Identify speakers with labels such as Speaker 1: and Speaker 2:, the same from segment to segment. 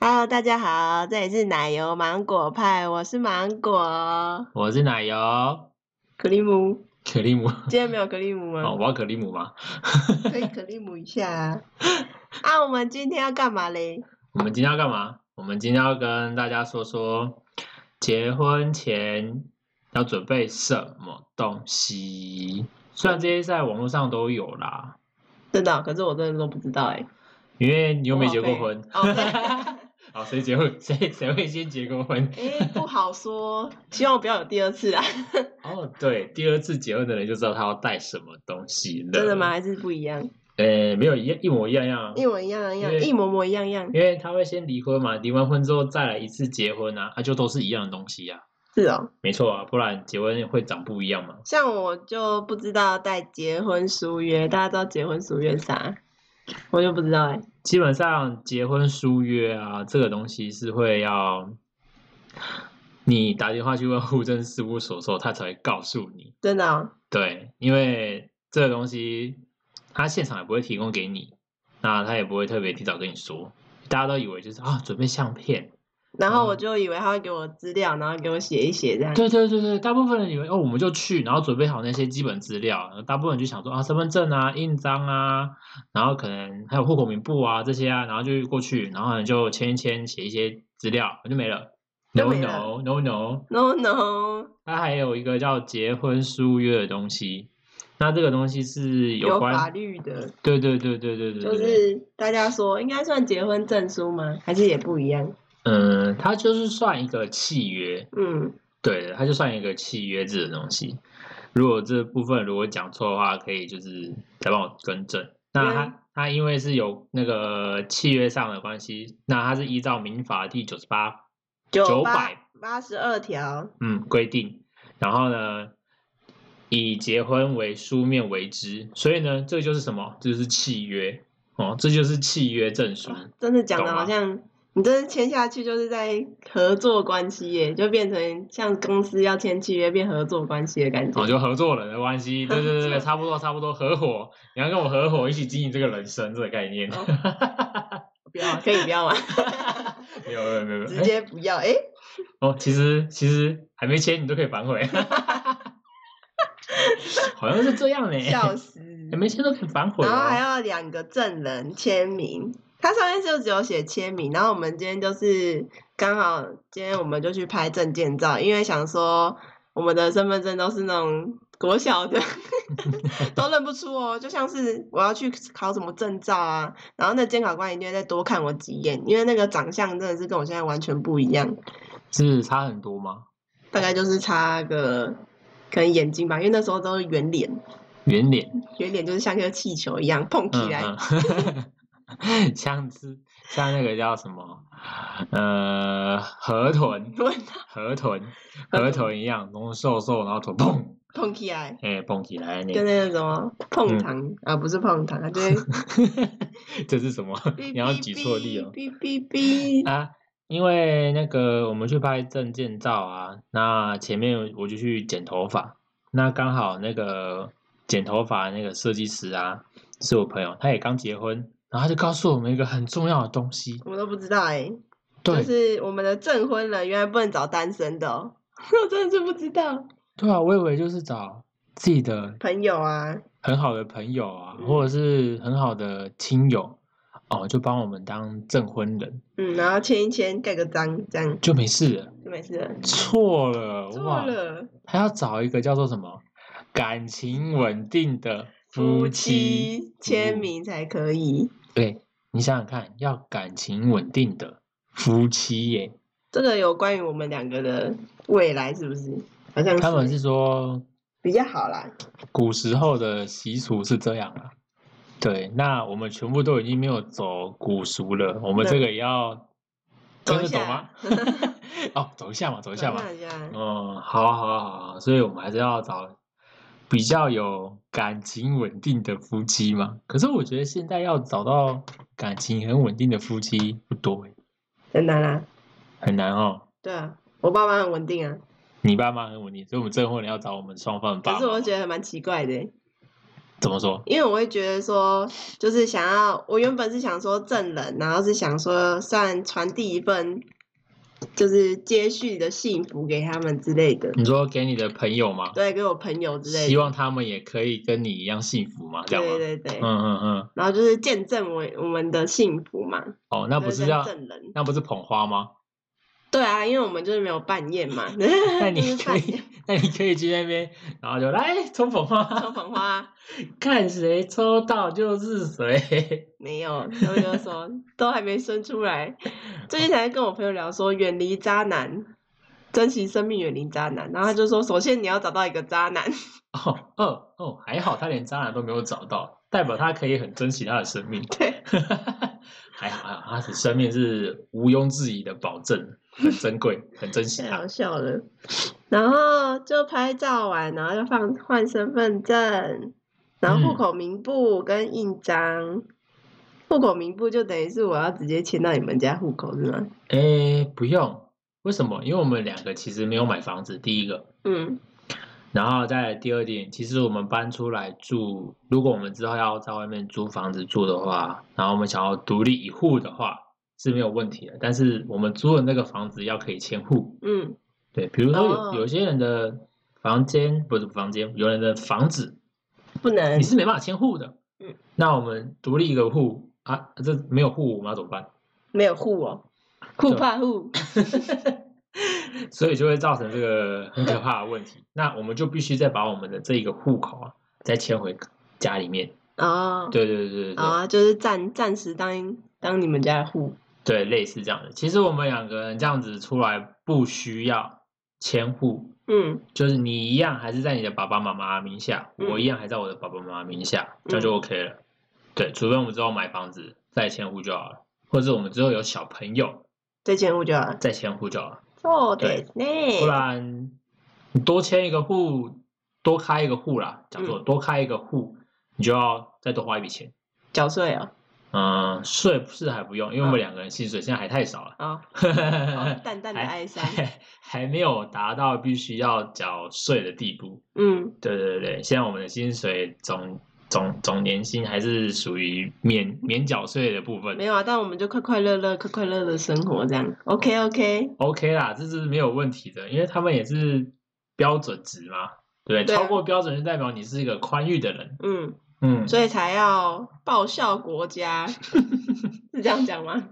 Speaker 1: Hello，大家好，这里是奶油芒果派，我是芒果
Speaker 2: 我是奶油
Speaker 1: 克利姆。
Speaker 2: 可丽姆，
Speaker 1: 今天没有克利姆
Speaker 2: 哦，
Speaker 1: 吗？
Speaker 2: 我要可丽姆吗？
Speaker 1: 可以克利姆一下啊。啊，我们今天要干嘛嘞？
Speaker 2: 我们今天要干嘛？我们今天要跟大家说说，结婚前要准备什么东西。虽然这些在网络上都有啦，
Speaker 1: 真的哦、可是我真的都不知道哎、欸。
Speaker 2: 因为你又没结过
Speaker 1: 我好
Speaker 2: 婚
Speaker 1: 废，哦，
Speaker 2: 好，谁结婚？ 谁谁会先结过婚？
Speaker 1: 对哎、不好说，希望我不要有第二次啊。
Speaker 2: 哦，对，第二次结婚的人就知道他要带什么东西了。
Speaker 1: 真的吗？？还是不一样？
Speaker 2: 呃，没有一样一模一样样啊，
Speaker 1: 一模一样一样，
Speaker 2: 因为
Speaker 1: 一模模一样样。
Speaker 2: 因为他会先离婚嘛，离完婚之后再来一次结婚啊，啊就都是一样的东西啊，
Speaker 1: 是哦，
Speaker 2: 没错啊，不然结婚会长不一样嘛。
Speaker 1: 像我就不知道带结婚书约，大家知道结婚书约啥？我就不知道哎、
Speaker 2: 基本上结婚书约啊，这个东西是会要你打电话去问户政事务所的时候，他才会告诉你。
Speaker 1: 真的、哦。
Speaker 2: 对，因为这个东西他现场也不会提供给你，那他也不会特别提早跟你说，大家都以为就是啊准备相片，
Speaker 1: 然后
Speaker 2: 嗯
Speaker 1: 我就以为他会给我资料，然后给我写一写这样。
Speaker 2: 对对对对，大部分人以为哦，我们就去，然后准备好那些基本资料，然后大部分人就想说啊，身份证啊、印章啊，然后可能还有户口名簿啊这些啊，然后就过去，然后你就签一签，写一些资料，就没了。
Speaker 1: 就
Speaker 2: No
Speaker 1: 没
Speaker 2: no
Speaker 1: 了
Speaker 2: no no，
Speaker 1: No no，
Speaker 2: 它还有一个叫结婚书约的东西，那这个东西是
Speaker 1: 有
Speaker 2: 关
Speaker 1: 法律的，
Speaker 2: 对对对对对对对，
Speaker 1: 就是大家说应该算结婚证书吗？还是也不一样？
Speaker 2: 嗯，它就是算一个契约，
Speaker 1: 嗯，
Speaker 2: 对的，它就算一个契约制的东西。如果这部分如果讲错的话，可以就是再帮我更正。那
Speaker 1: 嗯
Speaker 2: 它它因为是有那个契约上的关系，那它是依照民法第九十八
Speaker 1: 九
Speaker 2: 900
Speaker 1: 八十二条，
Speaker 2: 嗯规定，然后呢以结婚为书面为之，所以呢这就是什么？这就是契约哦，这就是契约证书。
Speaker 1: 真的讲的
Speaker 2: 懂
Speaker 1: 好
Speaker 2: 吗
Speaker 1: 像你真的签下去就是在合作关系耶，就变成像公司要签契约变合作关系的感觉。
Speaker 2: 哦，就合作人的关系，对对对
Speaker 1: 合作
Speaker 2: 对，差不多差不多，合伙，你要跟我合伙一起经营这个人生这个概念。
Speaker 1: 哦 不要，啊可以不要吗？
Speaker 2: 没有没有没有没有，
Speaker 1: 直接不要，哎、
Speaker 2: 哦，其实其实还没签你都可以反悔， 好像是这样呢、
Speaker 1: 笑死！
Speaker 2: 还没签都可以反悔、哦，
Speaker 1: 然后还要两个证人签名。它上面就只有写签名，然后我们今天就是刚好今天我们就去拍证件照，因为想说我们的身份证都是那种国小的，都认不出哦。就像是我要去考什么证照啊，然后那监考官一定会再多看我几眼，因为那个长相真的是跟我现在完全不一样，
Speaker 2: 是差很多吗？
Speaker 1: 大概就是差个可能眼睛吧，因为那时候都是圆脸，
Speaker 2: 圆脸，
Speaker 1: 圆脸就是像颗气球一样碰起
Speaker 2: 嗯
Speaker 1: 来。
Speaker 2: 嗯， 像是像那个叫什么，呃，河豚，河豚，河豚一样，浓瘦瘦，然后头砰，
Speaker 1: 碰起来，
Speaker 2: 哎、蹦起来那嗯
Speaker 1: 就那个什么碰糖、啊，不是碰糖，它就会
Speaker 2: 这是什么？
Speaker 1: 哔
Speaker 2: 你要
Speaker 1: 哔
Speaker 2: 举错例哦。
Speaker 1: 哔哔哔哔，
Speaker 2: 啊，因为那个我们去拍证件照啊，那前面我就去剪头发，那刚好那个剪头发那个设计师啊，是我朋友，他也刚结婚，然后他就告诉我们一个很重要的东西，
Speaker 1: 我都不知道哎、就
Speaker 2: 对、
Speaker 1: 是我们的证婚人原来不能找单身的、哦， 我真的是不知道。
Speaker 2: 对啊，我以为就是找自己的
Speaker 1: 朋友啊，
Speaker 2: 很好的朋友啊，
Speaker 1: 嗯
Speaker 2: 或者是很好的亲友哦，就帮我们当证婚人，
Speaker 1: 嗯，然后签一签，盖个章，这样
Speaker 2: 就没事了。
Speaker 1: 就没事了。
Speaker 2: 错了，
Speaker 1: 错
Speaker 2: 哦哇！
Speaker 1: 了，
Speaker 2: 他要找一个叫做什么感情稳定的
Speaker 1: 夫
Speaker 2: 夫
Speaker 1: 妻
Speaker 2: 妻
Speaker 1: 签
Speaker 2: 服务。
Speaker 1: 名才可以。
Speaker 2: 对你想想看，要感情稳定的夫妻耶，
Speaker 1: 这个有关于我们两个的未来是不是？好像
Speaker 2: 他们是说
Speaker 1: 比较好啦，
Speaker 2: 古时候的习俗是这样啊。对，那我们全部都已经没有走古俗了，我们
Speaker 1: 对
Speaker 2: 这个也要
Speaker 1: 走
Speaker 2: 跟
Speaker 1: 一
Speaker 2: 着走
Speaker 1: 下
Speaker 2: 吗？ 哦，走一下嘛，走一下嘛。
Speaker 1: 想想
Speaker 2: 嗯，好啊好啊好啊，所以我们还是要找比较有感情稳定的夫妻嘛。可是我觉得现在要找到感情很稳定的夫妻不多欸，
Speaker 1: 很难啦。
Speaker 2: 很难哦。
Speaker 1: 对啊，我爸妈很稳定啊，
Speaker 2: 你爸妈很稳定，所以我们证婚人要找我们双方的爸
Speaker 1: 可
Speaker 2: 妈。
Speaker 1: 是我觉得蛮奇怪的欸，
Speaker 2: 怎么说？
Speaker 1: 因为我会觉得说，就是想要，我原本是想说证人，然后是想说算传递一份，就是接续的幸福给他们之类的，
Speaker 2: 你说给你的朋友吗？
Speaker 1: 对，给我朋友之类
Speaker 2: 嗯希
Speaker 1: 的，
Speaker 2: 望他们也可以跟你一样幸福吗？这样吗？
Speaker 1: 对对对，
Speaker 2: 嗯嗯嗯。
Speaker 1: 然后就是见证我我们的幸福嘛，
Speaker 2: 哦，那
Speaker 1: 就
Speaker 2: 不是
Speaker 1: 跟
Speaker 2: 要
Speaker 1: 证人，
Speaker 2: 那不是捧花吗？
Speaker 1: 对啊，因为我们就是没有半夜嘛，
Speaker 2: 那
Speaker 1: 那
Speaker 2: 你可以，那你可以去那边，然后就来抽捧花，
Speaker 1: 抽捧花。
Speaker 2: 看谁抽到就是谁。
Speaker 1: 没 有，然后就说都还没生出来。最近才跟我朋友聊说，远离渣男，珍惜生命，远离渣男。然后他就说，首先你要找到一个渣男，
Speaker 2: 哦哦哦，还好他连渣男都没有找到，代表他可以很珍惜他的生命。
Speaker 1: 对，
Speaker 2: 还好还好，他的生命是毋庸置疑的保证，很珍贵，很珍惜
Speaker 1: 太
Speaker 2: 他
Speaker 1: 好。笑了。然后就拍照完，然后就放换身份证，然后户
Speaker 2: 嗯
Speaker 1: 口名簿跟印章。户口名簿就等于是我要直接迁到你们家户口是吗？
Speaker 2: 诶，不用，为什么？因为我们两个其实没有买房子，第一个，
Speaker 1: 嗯，
Speaker 2: 然后再来第二点，其实我们搬出来住，如果我们之后要在外面租房子住的话，然后我们想要独立一户的话是没有问题的，但是我们租的那个房子要可以迁户。
Speaker 1: 嗯，
Speaker 2: 对，比如说有、
Speaker 1: 哦
Speaker 2: 有些人的房间不是房间，有人的房子
Speaker 1: 不能
Speaker 2: 你，是没办法迁户的。
Speaker 1: 嗯，
Speaker 2: 那我们独立一个户啊，这没有户我们要怎么办？
Speaker 1: 没有户哦，户怕户，
Speaker 2: 所以就会造成这个很可怕的问题。那我们就必须再把我们的这一个户口啊，再迁回家里面。
Speaker 1: 哦，
Speaker 2: 对对对对对，
Speaker 1: 啊，就是暂暂时当当你们家的户，
Speaker 2: 对，类似这样的。其实我们两个人这样子出来不需要迁户，
Speaker 1: 嗯
Speaker 2: 就是你一样还是在你的爸爸妈妈名下，我一样还在我的爸爸妈妈名下，这
Speaker 1: 嗯
Speaker 2: 样就 OK 了。对，除非我们之后买房子再迁户就好了，或者是我们之后有小朋友
Speaker 1: 对，迁户就哦好了。
Speaker 2: 再迁户就好了。
Speaker 1: そうで
Speaker 2: 对
Speaker 1: すね。
Speaker 2: 不然你多签一个户，多开一个户啦，
Speaker 1: 嗯
Speaker 2: 讲错，多开一个户，你就要再多花一笔钱。
Speaker 1: 缴税哦，
Speaker 2: 嗯，税是还不用，因为
Speaker 1: 嗯
Speaker 2: 我们两个人薪水现在还太少了，
Speaker 1: 啊，好淡淡的
Speaker 2: 还
Speaker 1: 哀伤
Speaker 2: 还还没有达到必须要缴税的地步。
Speaker 1: 嗯，
Speaker 2: 对对对，现在我们的薪水总总总年薪还是属于免免缴税的部分
Speaker 1: 没。有啊，但我们就快快乐乐、快快乐乐生活这样。OK OK，
Speaker 2: OK 啦，这是没有问题的，因为他们也是标准值嘛，对
Speaker 1: 对
Speaker 2: 不对？
Speaker 1: 啊
Speaker 2: 超过标准就代表你是一个宽裕的人，
Speaker 1: 嗯，
Speaker 2: 嗯，
Speaker 1: 所以才要报效国 家，是这样讲吗？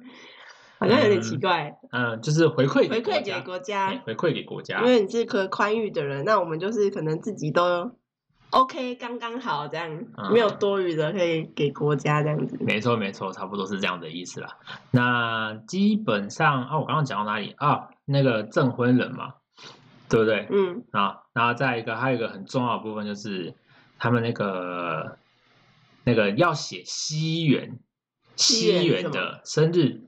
Speaker 1: 好像有点奇怪，
Speaker 2: 嗯，就是回馈
Speaker 1: 回馈给
Speaker 2: 给国
Speaker 1: 嗯国
Speaker 2: 家，
Speaker 1: 家
Speaker 2: 哎，回馈给国家
Speaker 1: 因，为你是可宽裕的人，那我们就是可能自己都 OK，刚刚好这样，没有
Speaker 2: 嗯
Speaker 1: 多余的可以给国家这样子。
Speaker 2: 没错没错，差不多是这样的意思啦。那基本上啊，我刚刚讲到哪里啊？那个证婚人嘛，对不对？
Speaker 1: 嗯，
Speaker 2: 啊，然后再一个，还有一个很重要的部分就是他们那个那个要写西元，
Speaker 1: 西元
Speaker 2: 西
Speaker 1: 是
Speaker 2: 元
Speaker 1: 什
Speaker 2: 的生日。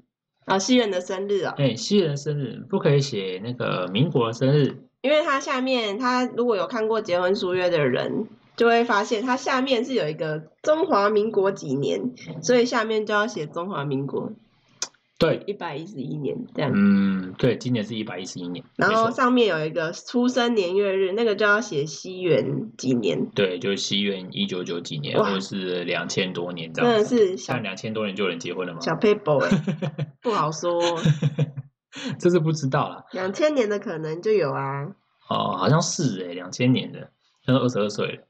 Speaker 1: 啊，西元的生日哦，
Speaker 2: 哎、西元生日不可以写那个民国的生日，
Speaker 1: 因为它下面，它如果有看过结婚书约的人，就会发现它下面是有一个中华民国几年，所以下面就要写中华民国
Speaker 2: 对，
Speaker 1: 一百一十一年这样。
Speaker 2: 嗯，对，今年是一百一十一年，
Speaker 1: 然后
Speaker 2: 没错
Speaker 1: 上面有一个出生年月日，那个就要写西元几年，
Speaker 2: 对，就是西元一九九几年
Speaker 1: 哇
Speaker 2: 或者是两千多年这
Speaker 1: 真的
Speaker 2: 样子，
Speaker 1: 是小
Speaker 2: 像两千多年就有人结婚了吗？
Speaker 1: 小 paper 哎、 不好说、
Speaker 2: 这是不知道啦，
Speaker 1: 两千年的可能就有啊，
Speaker 2: 哦，好像是哎、欸，两千年的，那都二十二岁了，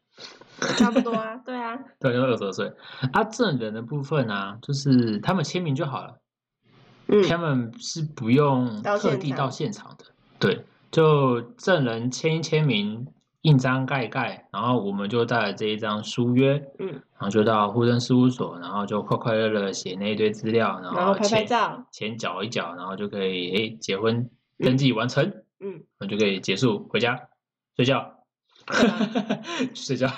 Speaker 1: 差不多啊，对啊，
Speaker 2: 对，都二十二岁。啊，证人的部分啊，就是他们签名就好了，
Speaker 1: 嗯
Speaker 2: 他们是不用
Speaker 1: 到
Speaker 2: 特
Speaker 1: 现
Speaker 2: 地
Speaker 1: 场
Speaker 2: 到现场的，对，就证人签一签名，印章盖一盖，然后我们就带了这一张书约，
Speaker 1: 嗯，
Speaker 2: 然后就到户政事务所，然后就快快乐乐地写那一堆资料，然
Speaker 1: 然后
Speaker 2: 后
Speaker 1: 拍拍
Speaker 2: 签
Speaker 1: 照，
Speaker 2: 钱缴一缴，然后就可以诶结婚登记完成，
Speaker 1: 嗯，
Speaker 2: 然后就可以结束回家睡觉，
Speaker 1: 对啊
Speaker 2: 睡觉。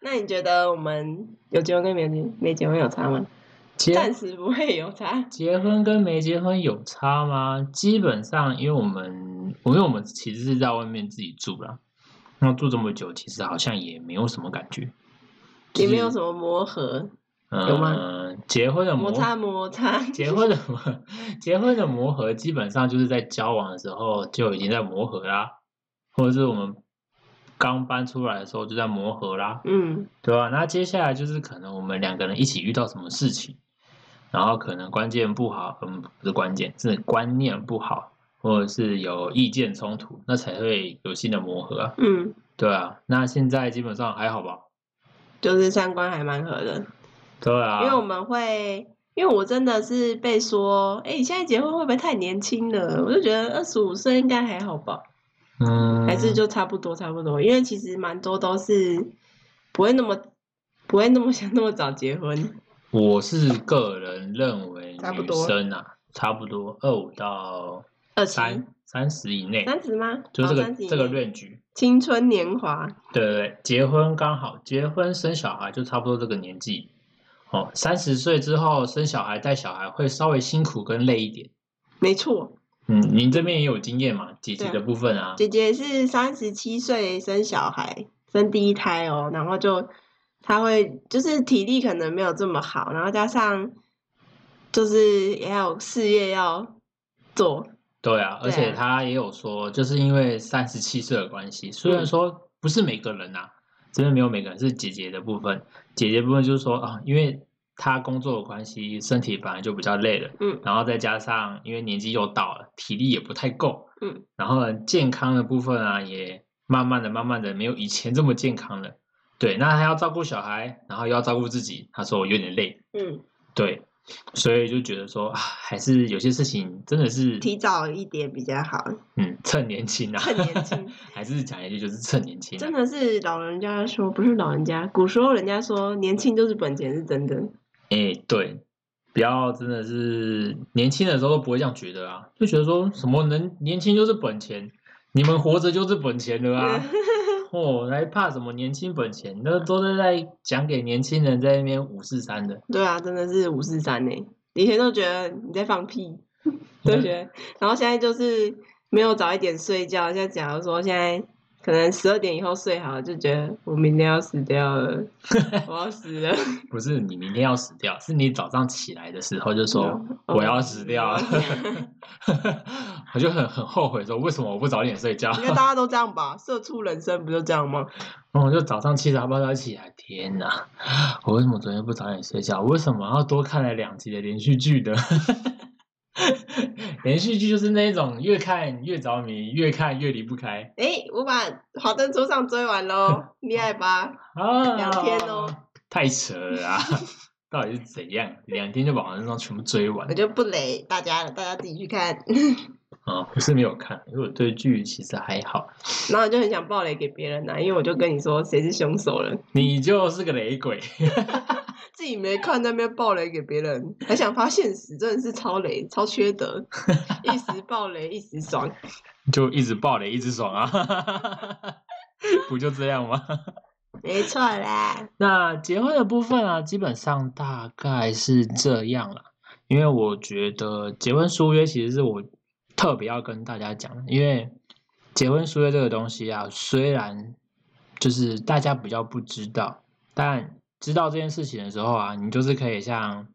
Speaker 1: 那你觉得我们有结婚跟没结没结婚有差吗？ 暂
Speaker 2: 结
Speaker 1: 时不会有差。
Speaker 2: 结婚跟没结婚有差吗？基本上，因为我们因为我们其实是在外面自己住啦，那住这么久，其实好像也没有什么感觉。
Speaker 1: 也没有
Speaker 2: 么、
Speaker 1: 什么磨合、
Speaker 2: 嗯
Speaker 1: 有吗
Speaker 2: 结婚的
Speaker 1: 摩
Speaker 2: 磨
Speaker 1: 擦、摩擦。
Speaker 2: 结婚的磨 结婚的磨合，基本上就是在交往的时候就已经在磨合啦，或者是我们刚搬出来的时候就在磨合啦，
Speaker 1: 嗯
Speaker 2: 对吧、那接下来就是可能我们两个人一起遇到什么事情，然后可能关键不好，嗯，不是关键，是观念不好，或者是有意见冲突，那才会有新的磨合啊，
Speaker 1: 嗯，
Speaker 2: 对啊。那现在基本上还好吧？
Speaker 1: 就是三观还蛮合的，
Speaker 2: 对啊，
Speaker 1: 因为我们会。因为我真的是被说，哎、你现在结婚会不会太年轻了？我就觉得二十五岁应该还好吧。
Speaker 2: 嗯，
Speaker 1: 还是就差不多差不多，因为其实蛮多都是不会那么不会那么 想那么早结婚，
Speaker 2: 我是个人认为
Speaker 1: 差不
Speaker 2: 女
Speaker 1: 多
Speaker 2: 生啊，差不多二五到
Speaker 1: 二十
Speaker 2: 三三十以内，
Speaker 1: 三十吗？
Speaker 2: 就这
Speaker 1: 哦
Speaker 2: 个、
Speaker 1: 30以
Speaker 2: 这个
Speaker 1: 内
Speaker 2: range。
Speaker 1: 青春年华，
Speaker 2: 对对对，结婚刚好，结婚生小孩就差不多这个年纪。哦，三十岁之后生小孩带小孩会稍微辛苦跟累一点。
Speaker 1: 没错，
Speaker 2: 嗯，您这边也有经验嘛？姐姐
Speaker 1: 对
Speaker 2: 的部分啊，
Speaker 1: 姐姐是三十七岁生小孩，生第一胎哦，然后就她会就是体力可能没有这么好，然后加上就是也有事业要做，
Speaker 2: 对啊，而
Speaker 1: 对
Speaker 2: 且
Speaker 1: 啊
Speaker 2: 她也有说，就是因为三十七岁的关系，虽然
Speaker 1: 嗯
Speaker 2: 说不是每个人呐、啊真的没有每个人是姐姐的部分，姐姐部分就是说啊，因为她工作的关系，身体本来就比较累了，
Speaker 1: 嗯
Speaker 2: 然后再加上因为年纪又到了，体力也不太够，
Speaker 1: 嗯，
Speaker 2: 然后呢，健康的部分啊，也慢慢的、慢慢的没有以前这么健康了，对，那还要照顾小孩，然后又要照顾自己，她说我有点累，
Speaker 1: 嗯，
Speaker 2: 对，所以就觉得说啊，还是有些事情真的是
Speaker 1: 提早一点比较好，
Speaker 2: 嗯，趁年轻啊，
Speaker 1: 趁年轻，
Speaker 2: 还是讲一句就是趁年轻、啊，
Speaker 1: 真的是老人家说，不是老人家，古时候人家说年轻就是本钱，是真的。
Speaker 2: 哎、对，不要真的是年轻的时候都不会这样觉得啊，就觉得说什么能年轻就是本钱，你们活着就是本钱 了啊，哦，还怕什么年轻本钱？那都是在讲给年轻人在那边五四三的，
Speaker 1: 对啊，真的是五四三呢。以前都觉得你在放屁，都觉得，然后现在就是没有早一点睡觉。现在假如说现在可能十二点以后睡好，就觉得我明天要死掉了，我要死了。
Speaker 2: 不是你明天要死掉，是你早上起来的时候就说
Speaker 1: 嗯哦，
Speaker 2: 我要死掉了 我就很很后悔说为什么我不早点 睡觉。
Speaker 1: 应该大家都这样吧？社畜人生不就这样吗？
Speaker 2: 然后哦我就早上七早八早起来，天哪！我为什么昨天不早点睡觉？为什么要多看了两集的连续剧的？ 连续剧就是那种越看越着迷，越看越离不开
Speaker 1: 哎、我把《华灯初上》追完喽，厉害吧？
Speaker 2: 啊！
Speaker 1: 两天哦，
Speaker 2: 太扯了啊！ 到底是怎样？两天就把《晚上全部追完
Speaker 1: 我？就不雷大家了，大家自己去看。
Speaker 2: 啊，不是没有看，因为我对剧其实还好。
Speaker 1: 然后我就很想爆雷给别人呐、啊因为我就跟你说谁是凶手了，
Speaker 2: 你就是个雷鬼，
Speaker 1: 自己没看那边爆雷给别人，还想发现实，真的是超雷，超缺德，一时爆雷一时爽。
Speaker 2: 就一直爆雷，一直爽啊！ 不就这样吗？
Speaker 1: 没错啦，
Speaker 2: 那结婚的部分啊，基本上大概是这样啦。因为我觉得结婚书约其实是我特别要跟大家讲的，因为结婚书约这个东西啊，虽然就是大家比较不知道，但知道这件事情的时候啊，你就是可以像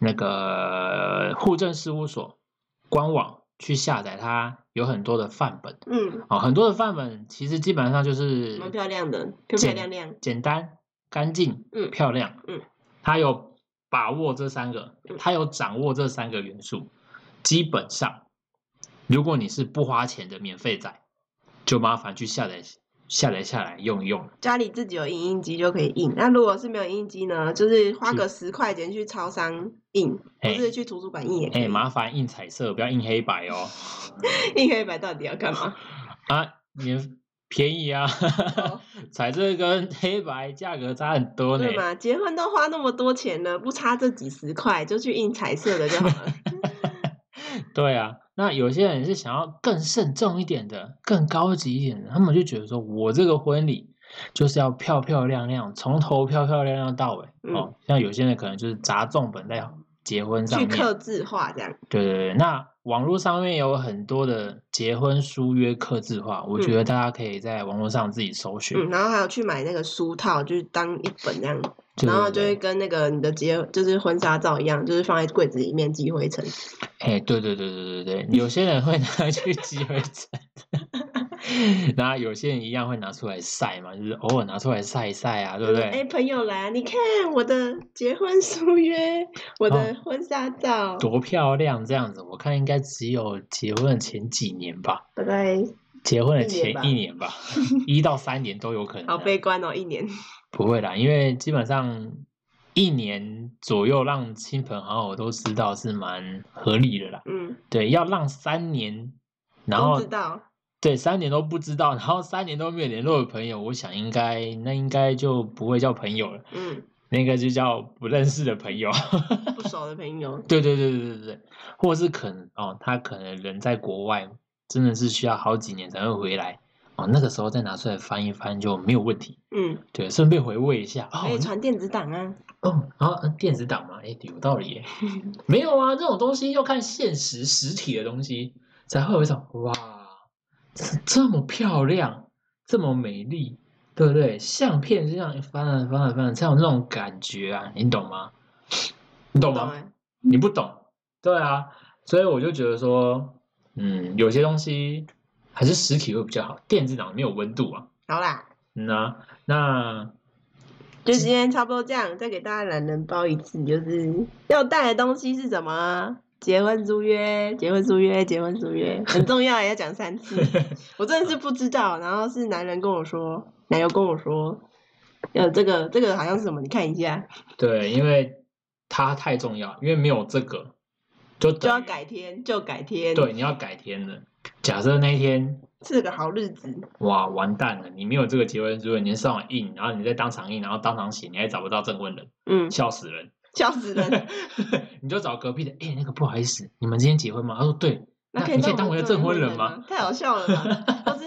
Speaker 2: 那个户政事务所官网去下载它，有很多的范本
Speaker 1: 嗯，
Speaker 2: 哦，很多的范本其实基本上就是
Speaker 1: 蛮漂亮的，漂漂亮亮。
Speaker 2: 简单、干净、
Speaker 1: 嗯
Speaker 2: 漂亮，
Speaker 1: 嗯，
Speaker 2: 它有把握这三个
Speaker 1: 嗯，
Speaker 2: 它有掌握这三个元素。基本上，如果你是不花钱的免费仔，就麻烦去下载下载下来用一用。
Speaker 1: 家里自己有影印机就可以印，那如果是没有影印机呢，就是花个十块钱去超商印，或
Speaker 2: 哎
Speaker 1: 是去图书馆印也可
Speaker 2: 哎、
Speaker 1: 以。
Speaker 2: 麻烦印彩色，不要印黑白哦。
Speaker 1: 印黑白到底要干嘛？
Speaker 2: 啊，免便宜啊
Speaker 1: 哦，
Speaker 2: 彩色跟黑白价格差很多呢
Speaker 1: 对。嘛？结婚都花那么多钱了，不差这几十块，就去印彩色的就好了。
Speaker 2: 对啊，那有些人是想要更慎重一点的、更高级一点的，他们就觉得说，我这个婚礼就是要漂漂亮亮，从头漂漂亮亮到尾。
Speaker 1: 嗯
Speaker 2: 哦，像有些人可能就是砸重本在结婚上
Speaker 1: 去
Speaker 2: 面。
Speaker 1: 刻字化这样。
Speaker 2: 对对对，那网络上面有很多的结婚书约刻字化，我觉
Speaker 1: 嗯
Speaker 2: 得大家可以在网络上自己搜寻。
Speaker 1: 嗯，然后还有去买那个书套，就是当一本这样，
Speaker 2: 对
Speaker 1: 然后
Speaker 2: 对
Speaker 1: 就
Speaker 2: 对
Speaker 1: 会跟那个你的结就是婚纱照一样，就是放在柜子里面积灰尘。
Speaker 2: 哎，对对对对对对，有些人会拿去积灰尘，那有些人一样会拿出来晒嘛，就是偶尔拿出来晒一晒啊，对不
Speaker 1: 哎、
Speaker 2: 对？
Speaker 1: 朋友来啊，你看我的结婚书约，我的
Speaker 2: 哦
Speaker 1: 婚纱照，
Speaker 2: 多漂亮这样子，我看应该只有结婚的前几年吧，
Speaker 1: 大概
Speaker 2: 结婚的
Speaker 1: 一年
Speaker 2: 前
Speaker 1: 吧
Speaker 2: 一 年吧，一到三年都有可能啊、
Speaker 1: 好悲观哦，一年。
Speaker 2: 不会啦，因为基本上一年左右让亲朋好友都知道是蛮合理的啦。
Speaker 1: 嗯，
Speaker 2: 对，要让三年，然
Speaker 1: 都
Speaker 2: 后
Speaker 1: 知道，
Speaker 2: 对三年都不知道，然后三年都没有联络的朋友，我想应该那应该就不会叫朋友了，
Speaker 1: 嗯，
Speaker 2: 那个就叫不认识的朋友。
Speaker 1: 不熟的朋友，
Speaker 2: 对对对对对对，或者是可能哦，他可能人在国外，真的是需要好几年才会回来哦，那个时候再拿出来翻一翻就没有问题。
Speaker 1: 嗯，
Speaker 2: 对，顺便回味一下哦
Speaker 1: 可，以传电子档啊，
Speaker 2: 哦，然后嗯电子档嘛，哎，有道理耶。没有啊，这种东西要看现实实体的东西，才会有一种哇，这这么漂亮，这么美丽，对不对？相片就这样翻了翻了翻了，才有那种感觉啊，你懂吗？你懂
Speaker 1: 懂欸
Speaker 2: 吗？
Speaker 1: 吗？
Speaker 2: 你不懂，对啊，所以我就觉得说，嗯，有些东西还是实体会比较好，电子档没有温度啊。
Speaker 1: 好啦，
Speaker 2: 嗯啊，那
Speaker 1: 就今天差不多这样，再给大家懒人包一次，就是要带的东西是什么啊？结婚书约，结婚书约，结婚书约，很重要，要讲三 次。我真的是不知道，然后是男人跟我说，男友跟我说，呃，这个这个好像是什么？你看一下，
Speaker 2: 对，因为它太重要，因为没有这个，就
Speaker 1: 就
Speaker 2: 等
Speaker 1: 要
Speaker 2: 于
Speaker 1: 改天，就改天，
Speaker 2: 对，，你要改天的。假设那一天，
Speaker 1: 是个好日子。
Speaker 2: 哇，完蛋了，你没有这个结婚书，你上网印，然后你再当场印，然后当场写，你还找不到证婚人，
Speaker 1: 嗯，
Speaker 2: 笑死人。
Speaker 1: 笑死 人。
Speaker 2: 你就找隔壁的，哎、那个不好意思，你们今天结婚吗？他说对，
Speaker 1: 那
Speaker 2: 那
Speaker 1: 可以
Speaker 2: 你可以
Speaker 1: 当
Speaker 2: 当
Speaker 1: 我
Speaker 2: 我
Speaker 1: 的
Speaker 2: 的
Speaker 1: 证
Speaker 2: 证
Speaker 1: 婚
Speaker 2: 婚
Speaker 1: 人
Speaker 2: 人
Speaker 1: 吗
Speaker 2: 吗？
Speaker 1: 太好笑了吧！或是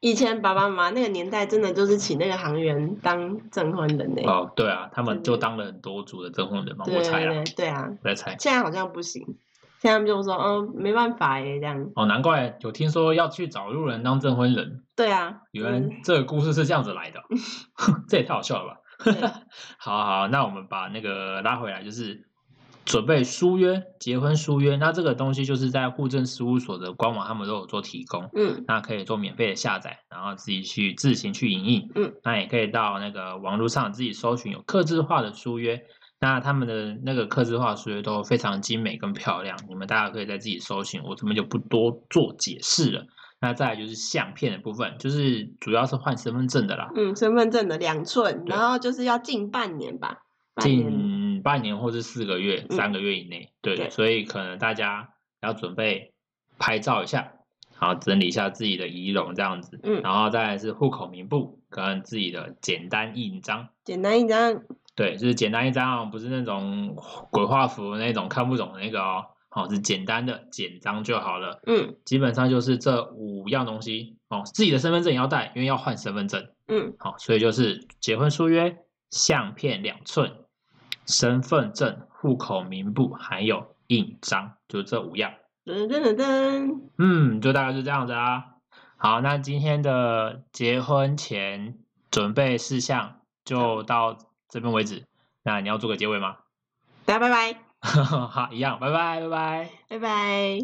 Speaker 1: 以前爸爸妈妈那个年代，真的就是请那个行员当证婚人呢、
Speaker 2: 哦，对啊，他们
Speaker 1: 是
Speaker 2: 就当了很多组的证婚人嘛，
Speaker 1: 对
Speaker 2: 我
Speaker 1: 对
Speaker 2: 猜啦
Speaker 1: 对，对啊，
Speaker 2: 我在猜。
Speaker 1: 现在好像不行，现在他们就说，嗯，没办法耶，这样。
Speaker 2: 哦，难怪有听说要去找路人当证婚人，
Speaker 1: 对啊，
Speaker 2: 原来
Speaker 1: 嗯
Speaker 2: 这个故事是这样子来 的，这也太好笑了吧！
Speaker 1: 对
Speaker 2: 好好，那我们把那个拉回来，就是准备书约、结婚书约。那这个东西就是在户政事务所的官网，他们都有做提供，
Speaker 1: 嗯，
Speaker 2: 那可以做免费的下载，然后自己去自行去影印。
Speaker 1: 嗯，
Speaker 2: 那也可以到那个网络上自己搜寻有刻字化的书约。那他们的那个刻字化书约都非常精美跟漂亮，你们大家可以在自己搜寻，我这边就不多做解释了。那再来就是相片的部分，就是主要是换身份证的啦，
Speaker 1: 嗯，身份证的两寸，
Speaker 2: 对
Speaker 1: 然后就是要近半年吧，半年。
Speaker 2: 近半年或是四个月、
Speaker 1: 嗯
Speaker 2: 三个月以内，对，
Speaker 1: 对
Speaker 2: 所以可能大家要准备拍照一下，然后整理一下自己的仪容这样子，
Speaker 1: 嗯，
Speaker 2: 然后再来是户口名簿跟自己的简单印章，
Speaker 1: 简单一张，
Speaker 2: 对，就是简单一张哦，不是那种鬼画符那种看不懂的那个哦，好、是简单的简章就好了，
Speaker 1: 嗯
Speaker 2: 基本上就是这五样东西哦，自己的身份证也要带，因为要换身份证。
Speaker 1: 嗯，
Speaker 2: 好，所以就是结婚书约、相片两寸、身份证、户口名簿，还有印章，就这五样。
Speaker 1: 噔噔噔噔，
Speaker 2: 嗯，就大概是这样子啊。好，那今天的结婚前准备事项就到这边为止。那你要做个结尾吗？
Speaker 1: 大家拜拜，
Speaker 2: 好，一样，拜拜，拜拜。
Speaker 1: 拜拜。